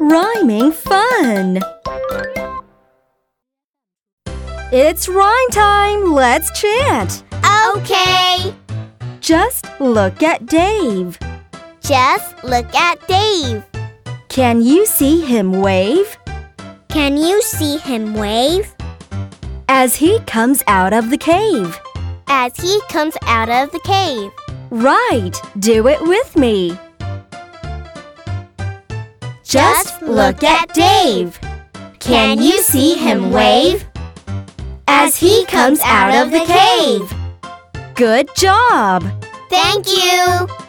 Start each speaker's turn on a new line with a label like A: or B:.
A: Rhyming fun! It's rhyme time! Let's chant!
B: Okay,
A: Just look at Dave.
B: just look at Dave.
A: Can you see him wave
B: Can you see him wave
A: as he comes out of the cave?
B: as he comes out of the cave?
A: Right, do it with me. Just look at Dave. Can you see him wave as he comes out of the cave? Good job!
B: Thank you.